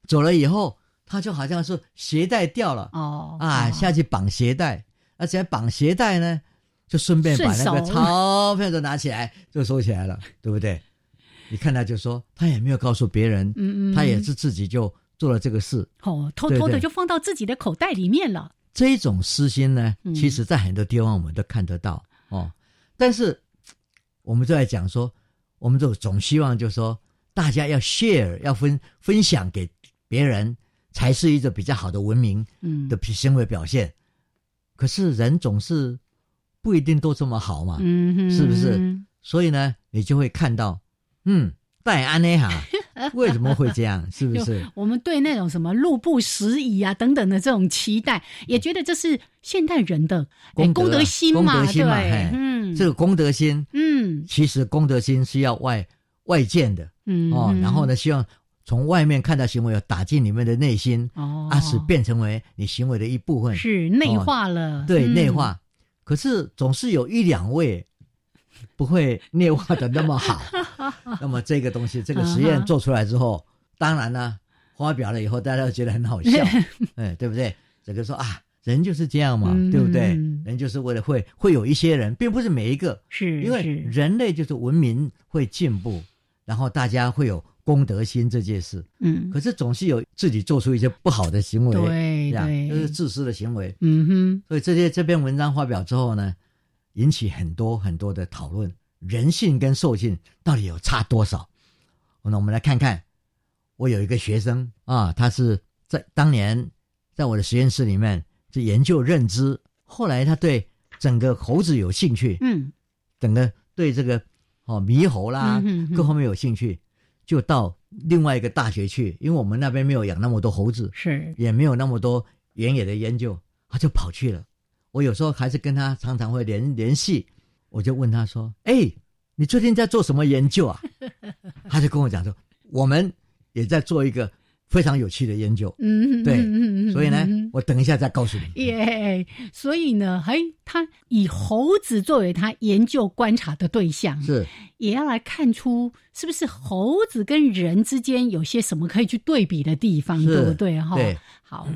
S1: 走了以后，他就好像是鞋带掉了
S9: 哦
S1: 啊，下去绑鞋带，而且绑鞋带呢，就顺便把那个
S9: 顺手
S1: 钞票都拿起来就收起来了，对不对？你看他就说，他也没有告诉别人，
S2: 嗯嗯
S1: 他也是自己就做了这个事，
S2: 哦，偷偷
S1: 对
S2: 的
S1: 对
S2: 就放到自己的口袋里面了。
S1: 这种私心呢
S2: 嗯，
S1: 其实在很多地方我们都看得到、哦。但是我们就在讲说，我们就总希望就是说，大家要 share，要分分享给别人，才是一个比较好的文明
S2: 嗯
S1: 的比行为表现。可是人总是不一定都这么好嘛，
S2: 嗯哼，
S1: 是不是？所以呢，你就会看到，嗯，戴安 内哈，为什么会这样？是不？
S2: 就是 我们对那种什么路不拾遗啊等等的这种期待，也觉得这是现代人的哎
S1: 功德啊
S2: 心
S1: 功
S2: 嘛，
S1: 德心嘛，
S2: 对
S1: 嘿，
S2: 嗯，
S1: 这个功德心，
S2: 嗯
S1: 其实功德心是要外外见的，
S2: 嗯
S1: 哦，
S2: 嗯
S1: 然后呢，希望从外面看到行为，要打进你们的内心，
S2: 哦
S1: 啊，使变成为你行为的一部分，
S2: 是内
S1: 哦
S2: 化了，
S1: 对，
S2: 嗯
S1: 内化。可是总是有一两位不会内化的那么 好，那么这个东西，这个实
S2: 嗯
S1: 验
S2: 哼
S1: 做出来之后，当然呢、发表了以后，大家都觉得很好 笑，哎，对不对？整个说啊，人就是这样嘛，
S2: 嗯
S1: 对不对？人就是为了会会有一些人，并不是每一个，
S2: 是
S1: 因为
S2: 是
S1: 人类就是文明会进步，然后大家会有公德心这件事。
S2: 嗯
S1: 可是总是有自己做出一些不好的行为，
S2: 对
S1: 这样
S2: 对
S1: 就是自私的行为。
S2: 嗯哼，
S1: 所以这些这篇文章发表之后呢，引起很多很多的讨论，人性跟兽性到底有差多少？那我们来看看，我有一个学生啊，他是在当年在我的实验室里面是研究认知，后来他对整个猴子有兴趣，
S2: 嗯，
S1: 整个对这个哦猕猴啦、
S2: 嗯哼哼
S1: 各方面有兴趣，就到另外一个大学去，因为我们那边没有养那么多猴子，
S2: 是
S1: 也没有那么多原野的研究，他就跑去了。我有时候还是跟他常常会联联系，我就问他说：“哎，你最近在做什么研究啊？”他就跟我讲说：“我们也在做一个非常有趣的研究。”
S2: 嗯，
S1: 对
S2: 嗯嗯嗯
S1: 所以呢
S2: 嗯，
S1: 我等一下再告诉你。
S2: 耶所以呢，哎，他以猴子作为他研究观察的对象，
S1: 是
S2: 也要来看出是不是猴子跟人之间有些什么可以去对比的地方，
S1: 是
S2: 对不对？哈，
S1: 对
S2: 好。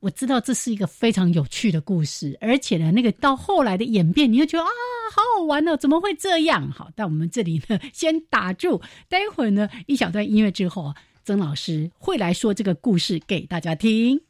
S2: 我知道这是一个非常有趣的故事，而且呢，那个到后来的演变，你就觉得啊，好好玩哦，怎么会这样？好，但我们这里呢，先打住，待会儿呢，一小段音乐之后啊，曾老师会来说这个故事给大家听。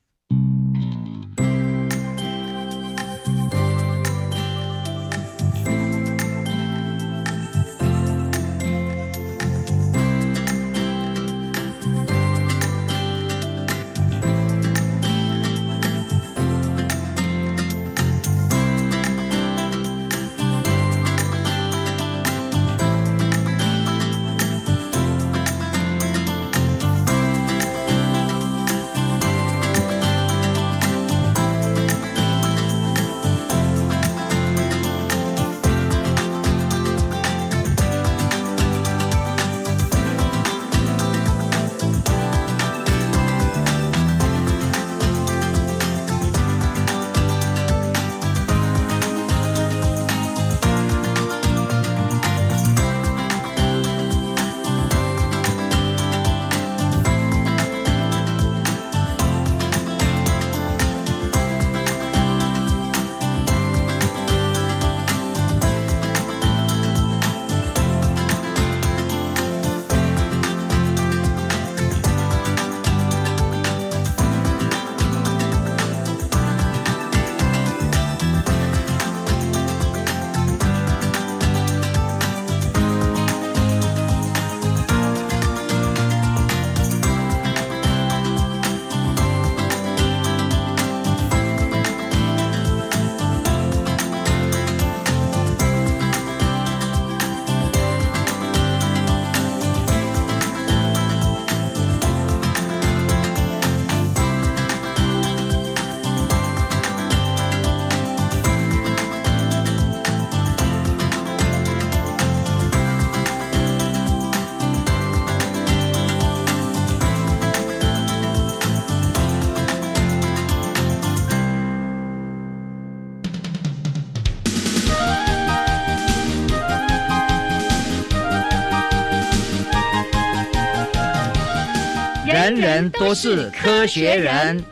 S1: 人人都是科学人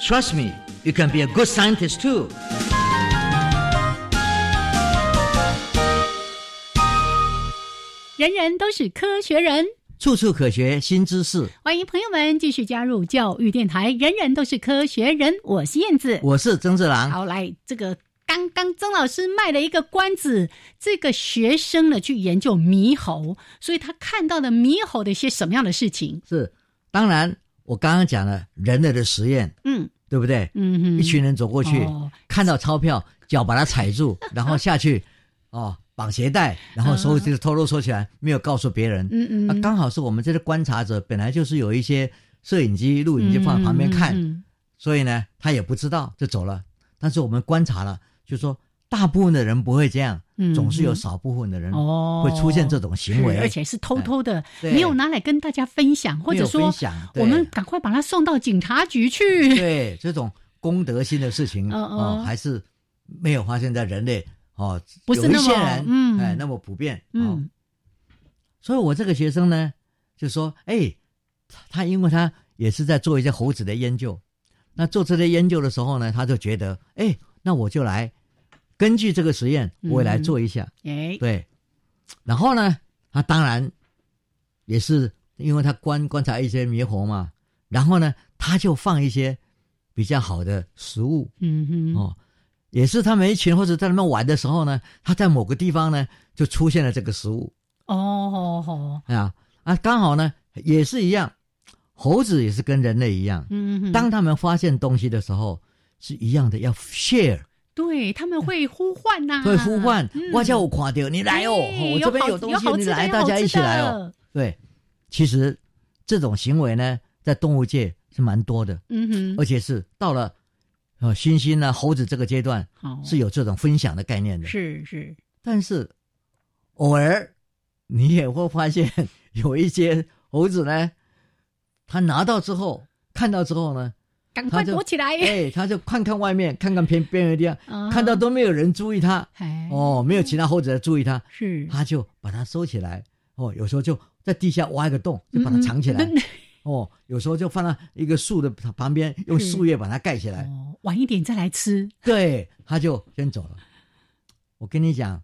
S1: ，Trust me, you can be a good scientist too。
S2: 人人都是科学人。
S1: 处处可学新知识。
S2: 欢迎朋友们继续加入教育电台，人人都是科学人。我是燕子，
S1: 我是曾志郎。
S2: 好，来这个。刚刚曾老师卖了一个关子，这个学生呢去研究猕猴，所以他看到了猕猴的一些什么样的事情？
S1: 是，当然我刚刚讲了人类的实验，
S2: 嗯，
S1: 对不对？
S2: 嗯哼，
S1: 一群人走过去，
S2: 哦
S1: 看到钞票，脚把它踩 住，然后下去，哦，绑鞋带，然后收就偷偷收起来，没有告诉别人。
S2: 嗯嗯
S1: 啊，刚好是我们这些观察者本来就是有一些摄影机、录影机放在旁边看，
S2: 嗯
S1: 所以呢，他也不知道就走了。但是我们观察了，就说大部分的人不会这样，
S2: 嗯
S1: 总是有
S2: 嗯
S1: 少部分的人
S2: 哦
S1: 会出现这种行为，哎
S2: 是而且是偷偷的，
S1: 对
S2: 没有拿来跟大家分享，或
S1: 没有
S2: 者说
S1: 分享对
S2: 我们赶快把它送到警察局去。
S1: 对这种公德心的事情，
S2: 嗯
S1: 哦
S2: 嗯，
S1: 还是没有发现在人类哦，
S2: 不是
S1: 有一
S2: 那么
S1: 些人
S2: 嗯
S1: 哎那么普遍，哦
S2: 嗯，
S1: 所以我这个学生呢，就说，哎，他他因为他也是在做一些猴子的研究，那做这类研究的时候呢，他就觉得，哎，那我就来根据这个实验，我也来做一下，
S2: 哎，
S1: 对，然后呢，他当然也是因为他观观察一些猕猴嘛，然后呢，他就放一些比较好的食物，
S2: 嗯哼，
S1: 哦，也是他们一群或者在那边玩的时候呢，他在某个地方呢就出现了这个食物
S2: 哦，哦，
S1: 啊啊，刚好呢也是一样，猴子也是跟人类一样，
S2: 嗯哼，
S1: 当他们发现东西的时候是一样的，要 share。
S2: 对他们会呼唤呐，
S1: 嗯会呼唤
S2: 嗯，
S1: 我叫我垮掉，你来哦，
S2: 对
S1: 哦我这边
S2: 哎有好
S1: 有东
S2: 有
S1: 西，
S2: 好
S1: 你
S2: 吃的
S1: 来，
S2: 有
S1: 大
S2: 好
S1: 家
S2: 吃
S1: 一起来
S2: 的
S1: 哦。对，其实这种行为呢，在动物界是蛮多的，
S2: 嗯哼，
S1: 而且是到了呃猩猩啊、猴子这个阶段
S2: 好，
S1: 是有这种分享的概念的。
S2: 是是，
S1: 但是偶尔你也会发现 有一些猴子呢，他拿到之后，看到之后呢，
S2: 赶
S1: 他
S2: 快
S1: 就
S2: 躲起来，
S1: 哎，他就看看外面，看看边边缘地
S2: 啊
S1: 方，看到都没有人注意他，
S2: 哎，
S1: 哦，没有其他猴子来注意他，
S2: 是
S1: 他就把它收起来。哦，有时候就在地下挖一个洞，就把它
S2: 嗯嗯
S1: 藏起 来。
S2: 嗯
S1: 哦，有时候就放到一个树的旁边，用
S2: 是
S1: 树叶把它盖起来。
S2: 哦晚一点再来吃，
S1: 对，他就先走了。我跟你讲，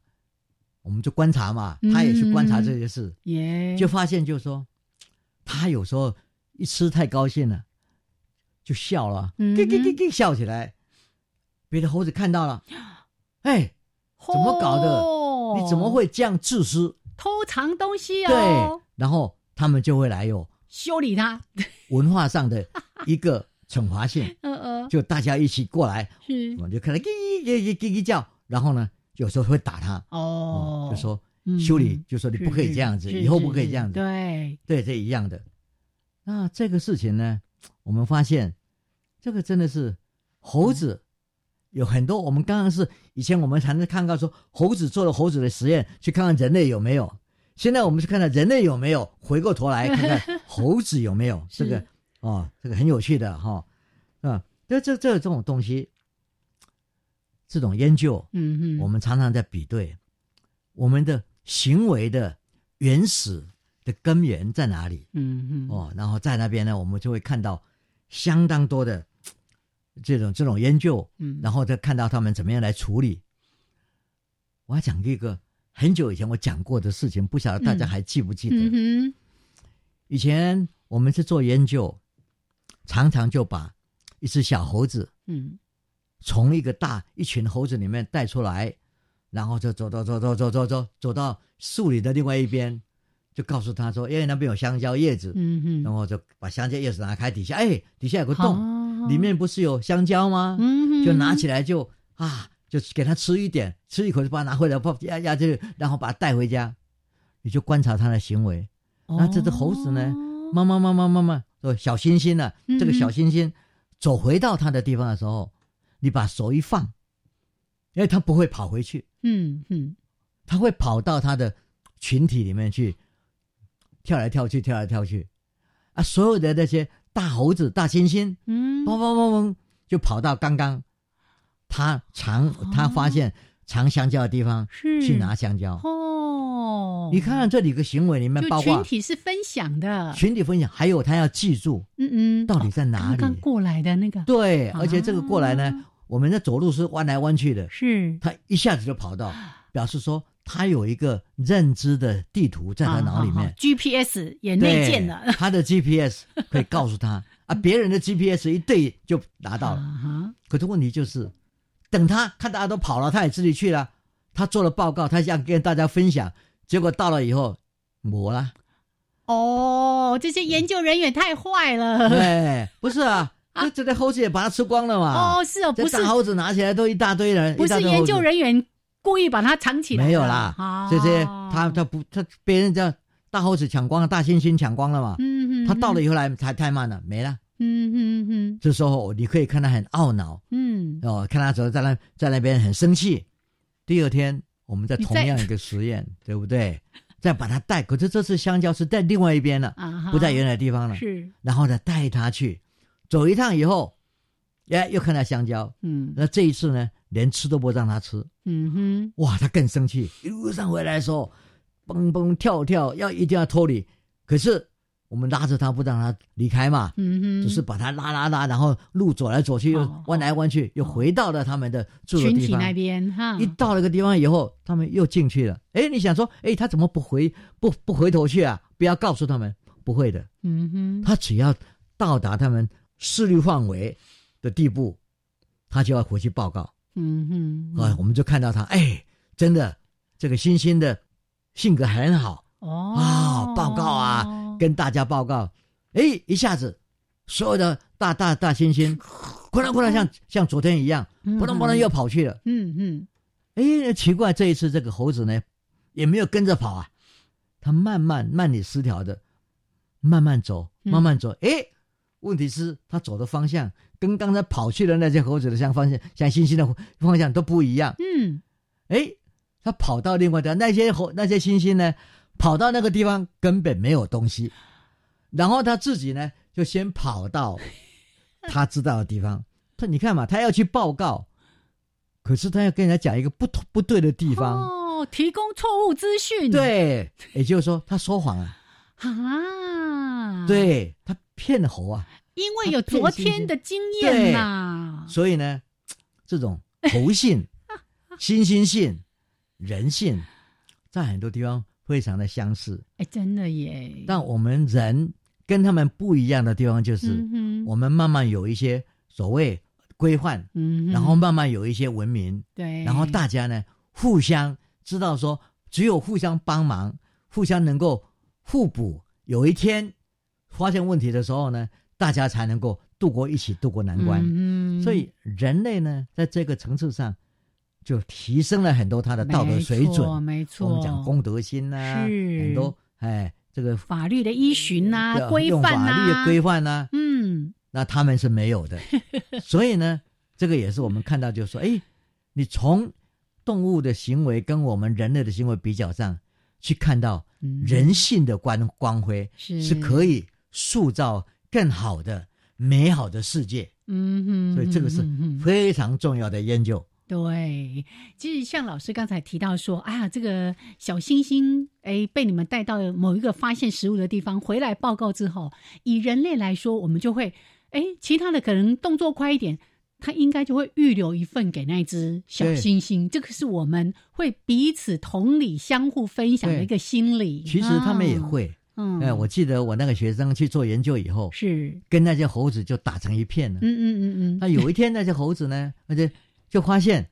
S1: 我们就观察嘛
S2: 嗯，
S1: 他也去观察这些事，
S2: 耶，
S1: 就发现就是说，他有时候一吃太高兴了，就笑了，
S2: 嗯
S1: 咯咯咯咯笑起来。别的猴子看到了，哎，怎么搞
S2: 哦
S1: 的？你怎么会这样自私？
S2: 偷藏东西
S1: 对
S2: 哦，，
S1: 然后他们就会来有
S2: 修理他，，
S1: 文化上的一个惩罚性
S2: 呃呃，
S1: 就大家一起过 来，
S2: 是
S1: 我就看到叽叽叽叽叽叫，然后呢，有时候会打他，
S2: 哦，
S1: 就说
S2: 嗯
S1: 修理，就说你
S2: 是
S1: 不可以
S2: 是
S1: 这样子，
S2: 是
S1: 以后
S2: 是
S1: 不可以
S2: 是
S1: 这样子，
S2: 对，
S1: 对，这一样的。那这个事情呢，我们发现这个真的是猴子。有很多，我们刚刚是以前我们常常看到说猴子做了猴子的实验，去看看人类有没有。现在我们去看看人类有没有，回过头来看看猴子有没有这个
S2: 是
S1: 哦，这个很有趣的哈、啊，这这这这种东西，这种研究，
S2: 嗯哼，
S1: 我们常常在比对我们的行为的原始的根源在哪里。
S2: 嗯嗯
S1: 哦，然后在那边呢，我们就会看到相当多的这种这种研究，
S2: 嗯
S1: 然后再看到他们怎么样来处理。我还讲一个很久以前我讲过的事情，不晓得大家
S2: 嗯
S1: 还记不记得？
S2: 嗯
S1: 以前我们是做研究，常常就把一只小猴子
S2: 哼，嗯
S1: 从一个大一群猴子里面带出来，然后就走走走走走走走走到树里的另外一边，就告诉他说：“因为那边有香蕉叶子。”
S2: 嗯哼，
S1: 然后就把香蕉叶子拿开，底下哎，底下有个
S2: 哦
S1: 洞，里面不是有香蕉吗？
S2: 嗯
S1: 就拿起来就啊，就给它吃一点，吃一口就把它拿回来，把压压进去，然后把它带回家。你就观察它的行为。那这只猴子呢，
S2: 哦
S1: 慢慢慢慢慢慢，呃，小星星呢、
S2: 嗯
S1: 这个小星星走回到它的地方的时候，你把手一放，因为它不会跑回去，
S2: 嗯嗯，
S1: 它会跑到它的群体里面去，跳来跳去，跳来跳去，啊，所有的那些大猴子、大猩猩，
S2: 嗯，
S1: 嗡嗡嗡嗡，就跑到刚刚他藏他发现藏香蕉的地方
S2: 是
S1: 去拿香蕉。
S2: 哦，
S1: 你看看这里个行为里面
S2: 就
S1: 包
S2: 群
S1: 括
S2: 体是分享的，
S1: 群体分享，还有他要记住
S2: 嗯嗯，
S1: 到底在哪
S2: 刚
S1: 里。
S2: 刚过来的那个，
S1: 对，而且这个
S2: 啊
S1: 过来呢，我们的走路是弯来弯去的，
S2: 是啊
S1: 他一下子就跑到，表示说他有一个认知的地图在他脑里面、啊、
S2: ，GPS 也内建了。
S1: 他的 GPS 可以告 诉他啊，别人的 GPS 一对就拿到了。啊、可是问题就是，等他看大家都跑了，他也自己去了，他做了报告，他想跟大家分享，结果到了以后，没 了。
S2: 哦，这些研究人员太坏了。
S1: 对，不是啊。啊！这些猴子也把它吃光了嘛？
S2: 哦，是哦，不是
S1: 猴子拿起来都一大堆人，
S2: 不是研究人员故意把它藏起来。
S1: 没有啦，
S2: 哦、
S1: 这些他他不他别人叫大猴子抢光了，大猩猩抢光了嘛。嗯嗯。他到了以后来才太慢了，没了。嗯嗯嗯。这时候你可以看他很懊恼。嗯。哦，看他走在那在那边很生气。第二天我们再同样一个实验，对不对？再把它带，可是这次香蕉是在另外一边了，啊、不在原来地方了。
S2: 是。
S1: 然后呢，带它去。走一趟以后，哎，又看到香蕉，嗯，那这一次呢，连吃都不让他吃，嗯哼，哇，他更生气。一路上回来的时候，蹦蹦跳跳，要一定要脱离，可是我们拉着他不让他离开嘛，嗯哼，只是把他拉拉拉，然后路走来走去，又弯来弯去，哦、哦又回到了他们的住的地方。群体
S2: 那边哈，
S1: 一到那个地方以后，他们又进去了。哎，你想说，哎，他怎么不回不不回头去啊？不要告诉他们，不会的，嗯哼，他只要到达他们。视力范围的地步，他就要回去报告。嗯哼，啊、嗯，我们就看到他，哎，真的，这个星星的性格很好哦，啊、哦，报告啊，跟大家报告，哎，一下子所有的大大大猩猩，哐啷哐啷像像昨天一样，
S2: 嗯
S1: 扑棱扑棱又跑去了。嗯嗯，哎，奇怪，这一次这个猴子呢，也没有跟着跑啊，他慢慢慢里失调的，慢慢走，慢慢走，哎、嗯。诶问题是，它走的方向跟刚才跑去的那些猴子的像方向、像猩猩的方向都不一样。嗯，哎，它跑到另外的那些猴、那些猩猩呢，跑到那个地方根本没有东西，然后它自己呢就先跑到他知道的地方。他你看嘛，他要去报告，可是他要跟人家讲一个不不对的地方
S2: 哦，提供错误资讯。
S1: 对，也就是说他说谎啊。啊，对他。骗猴啊！
S2: 因为有昨天的经验嘛，
S1: 所以呢，这种猴性、猩猩性、人性，在很多地方非常的相似。
S2: 哎，真的耶！
S1: 但我们人跟他们不一样的地方就是，嗯、我们慢慢有一些所谓规范，嗯、然后慢慢有一些文明，
S2: 对，
S1: 然后大家呢互相知道说，只有互相帮忙，互相能够互补，有一天。发现问题的时候呢，大家才能够度过一起度过难关。嗯，所以人类呢，在这个层次上就提升了很多他的道德水准。
S2: 没错，
S1: 我们讲公德心呐、啊，很多哎，这个
S2: 法律的依循呐、啊，规范呐、
S1: 啊，法律规范呐，嗯，那他们是没有的。所以呢，这个也是我们看到，就是说，哎，你从动物的行为跟我们人类的行为比较上，去看到
S2: 嗯
S1: 人性的光光辉、嗯、是可以。塑造更好的、美好的世界。嗯哼，所以这个是非常重要的研究。
S2: 对，其实像老师刚才提到说，啊，这个小星星，哎，被你们带到某一个发现食物的地方，回来报告之后，以人类来说，我们就会，哎，其他的可能动作快一点。他应该就会预留一份给那只小星星，这个是我们会彼此同理、相互分享的一个心理。啊
S1: 其实他们也会。嗯哦嗯，哎、呃，我记得我那个学生去做研究以后，
S2: 是
S1: 跟那些猴子就打成一片了。嗯嗯嗯嗯。那有一天，那些猴子呢，而且就发现，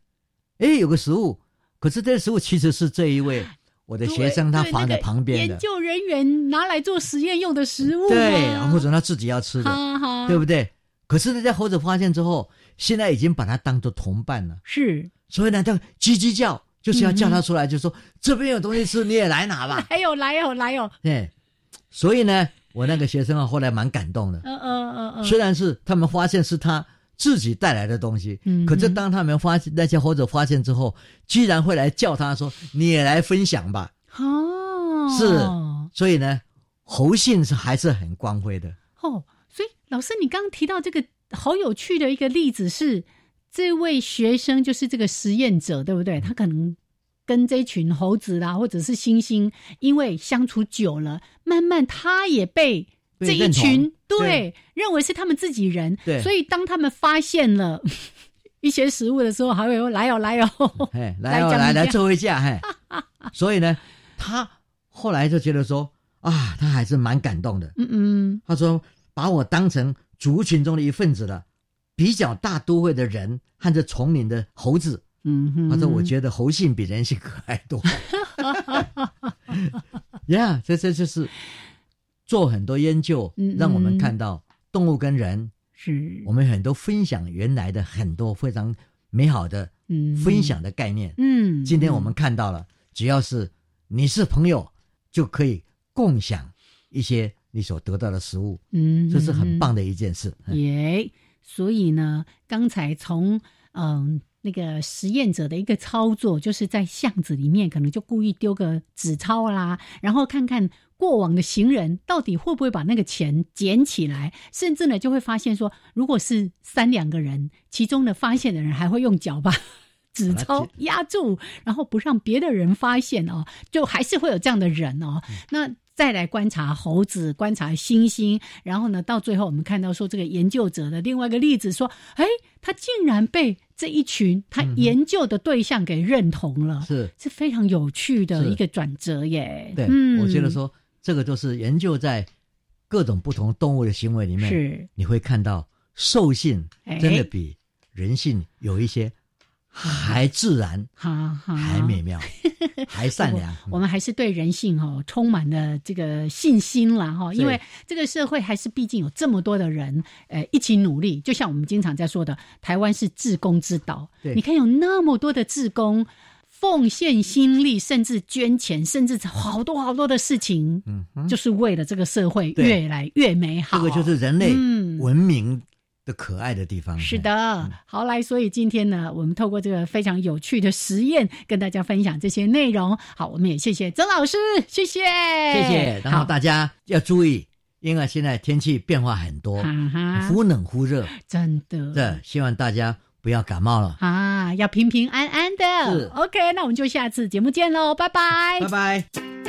S1: 哎，有个食物，可是这食物其实是这 一位我的学生他放在旁边
S2: 个、
S1: 的、那
S2: 研究人员拿来做实验用的食物、啊，啊
S1: 对，或者他自己要吃的，哈哈对不对？可是那些猴子发现之后，现在已经把它当做同伴了。
S2: 是，
S1: 所以呢，它叽叽叫，就是要叫它出来，就说、嗯、这边有东西吃，你也来拿吧。
S2: 来哟、哦，来哟、哦，来哟、哦。
S1: 对。所以呢，我那个学生啊，后来蛮感动的。嗯嗯嗯嗯。虽然是他们发现是他自己带来的东西，嗯，可是当他们发现那些猴子发现之后，居然会来叫他说：“你也来分享吧。”哦，是。所以呢，猴性是还是很光辉的。
S2: 哦，所以老师，你刚刚提到这个好有趣的一个例子是，这位学生就是这个实验者，对不对？他可能。跟这群猴子啊啦，或者是猩猩，因为相处久了，慢慢他也被这一群对认为是他们自己人，
S1: 对，
S2: 所以当他们发现了 一些食物的时候，还会说来哦来哦，
S1: 哎，来哦来来坐一下，嘿， 所以呢，他后来就觉得说啊，他还是蛮感动的，
S2: 嗯嗯，
S1: 他说把我当成族群中的一份子了，比较大都会的人和这丛林的猴子，
S2: 嗯哼，
S1: 他说啊我觉得猴性比人性可爱多， 呀，这这就是做很多研究，
S2: 嗯
S1: 让我们看到动物跟人。
S2: 是
S1: 我们很多分享原来的很多非常美好的分享的概念。
S2: 嗯，
S1: 今天我们看到了，只要是你是朋友，就可以共享一些你所得到的食物。
S2: 嗯，
S1: 这是很棒的哎一件事。
S2: 耶、嗯，所以呢，刚才从嗯。那个实验者的一个操作，就是在巷子里面，可能就故意丢个纸钞啦，然后看看过往的行人到底会不会把那个钱捡起来，甚至呢就会发现说，如果是三两个人，其中呢发现的人还会用脚把 纸钞压住，然后不让别的人发现哦，就还是会有这样的人哦，嗯、那。再来观察猴子，观察猩猩，然后呢，到最后我们看到说，这个研究者的另外一个例子说，哎，他竟然被这一群他研究的对象给认同了，
S1: 嗯、是
S2: 是非常有趣的一个转折耶。
S1: 对，嗯、我觉得说这个就是研究在各种不同动物的行为里面，
S2: 是
S1: 你会看到兽性
S2: 哎
S1: 真的比人性有一些。还自然，
S2: 哈哈，
S1: 还 美妙，还善良
S2: 啊我。我们还是对人性哦充满了这个信心啦哈、哦，因为这个社会还是毕竟有这么多的人，呃，一起努力。就像我们经常在说的，台湾是自工之岛，你看有那么多的自工奉献心力，甚至捐钱，甚至好多好多的事情，
S1: 嗯，
S2: 就是为了这个社会越来越美好。
S1: 这个就是人类文明、嗯。的可爱的地方
S2: 是的，嗯、好来，所以今天呢，我们透过这个非常有趣的实验，跟大家分享这些内容。好，我们也谢谢曾老师，谢谢，
S1: 哎谢
S2: 哎
S1: 谢。然后大家要注意，因为现在天气变化很多，
S2: 啊、
S1: 忽冷忽热，
S2: 真的。
S1: 这希望大家不要感冒了
S2: 啊，要平平安安的。OK，那我们就下次节目见喽，拜拜，
S1: 拜拜。